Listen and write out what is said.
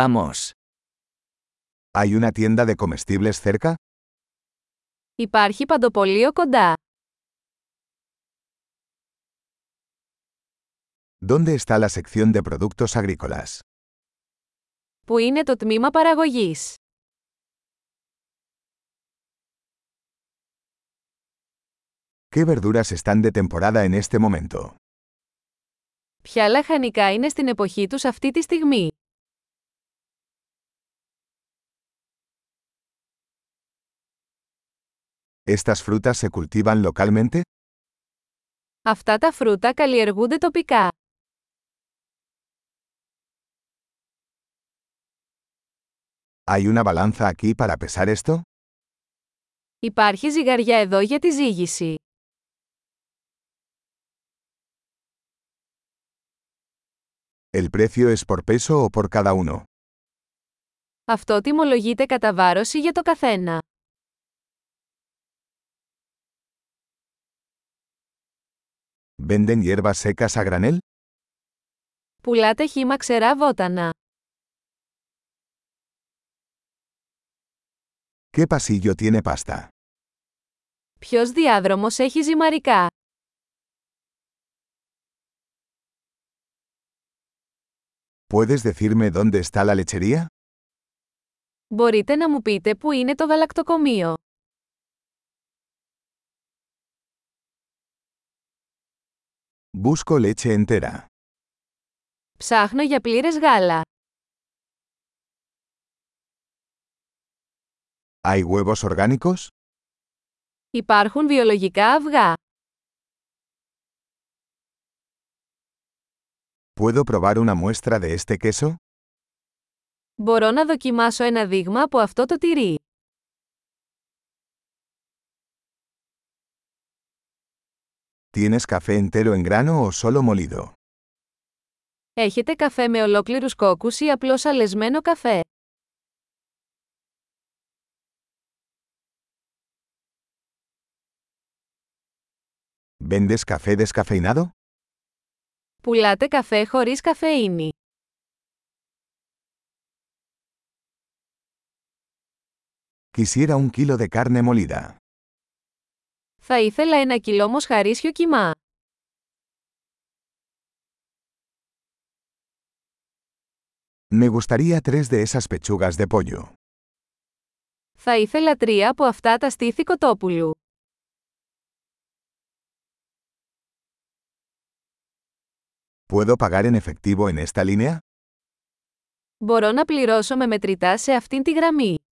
Vamos. ¿Hay una tienda de comestibles cerca? Υπάρχει παντοπολείο κοντά. ¿Dónde está la sección de productos agrícolas? Πού είναι το τμήμα παραγωγής. ¿Qué verduras están de temporada en este momento? Ποια λαχανικά είναι στην εποχή τους αυτή τη στιγμή. ¿Estas frutas se cultivan localmente? Αυτά τα φρούτα καλλιεργούνται τοπικά. ¿Hay una balanza aquí para pesar esto? Υπάρχει ζυγαριά εδώ για τη ζύγιση. ¿El precio es por peso o por cada uno? Αυτό τιμολογείται κατά βάρος ή για το καθένα. ¿Venden hierbas secas a granel? Πουλάτε χύμα ξερά βότανα. ¿Qué pasillo tiene pasta? Ποιος διάδρομος έχει ζυμαρικά. ¿Puedes decirme dónde está la lechería? Μπορείτε να μου πείτε πού είναι το γαλακτοκομείο. Busco leche entera. Ψάχνω για πλήρες γάλα. ¿Hay huevos orgánicos? Υπάρχουν βιολογικά αυγά. ¿Puedo probar una muestra de este queso? Μπορώ να δοκιμάσω ένα δείγμα από αυτό το τυρί. ¿Tienes café entero en grano o solo molido? Έχετε καφέ με ολόκληρους κόκκους ή απλώς αλεσμένο καφέ. ¿Vendes café descafeinado? Πουλάτε καφέ χωρίς καφεΐνη. Quisiera un kilo de carne molida. Θα ήθελα ένα κιλό μοσχαρίσιο κιμά. Me gustaría tres de esas pechugas de pollo. Θα ήθελα τρία από αυτά τα στήθη κοτόπουλου. ¿Puedo pagar en efectivo en esta línea? Μπορώ να πληρώσω με μετρητά σε αυτήν τη γραμμή.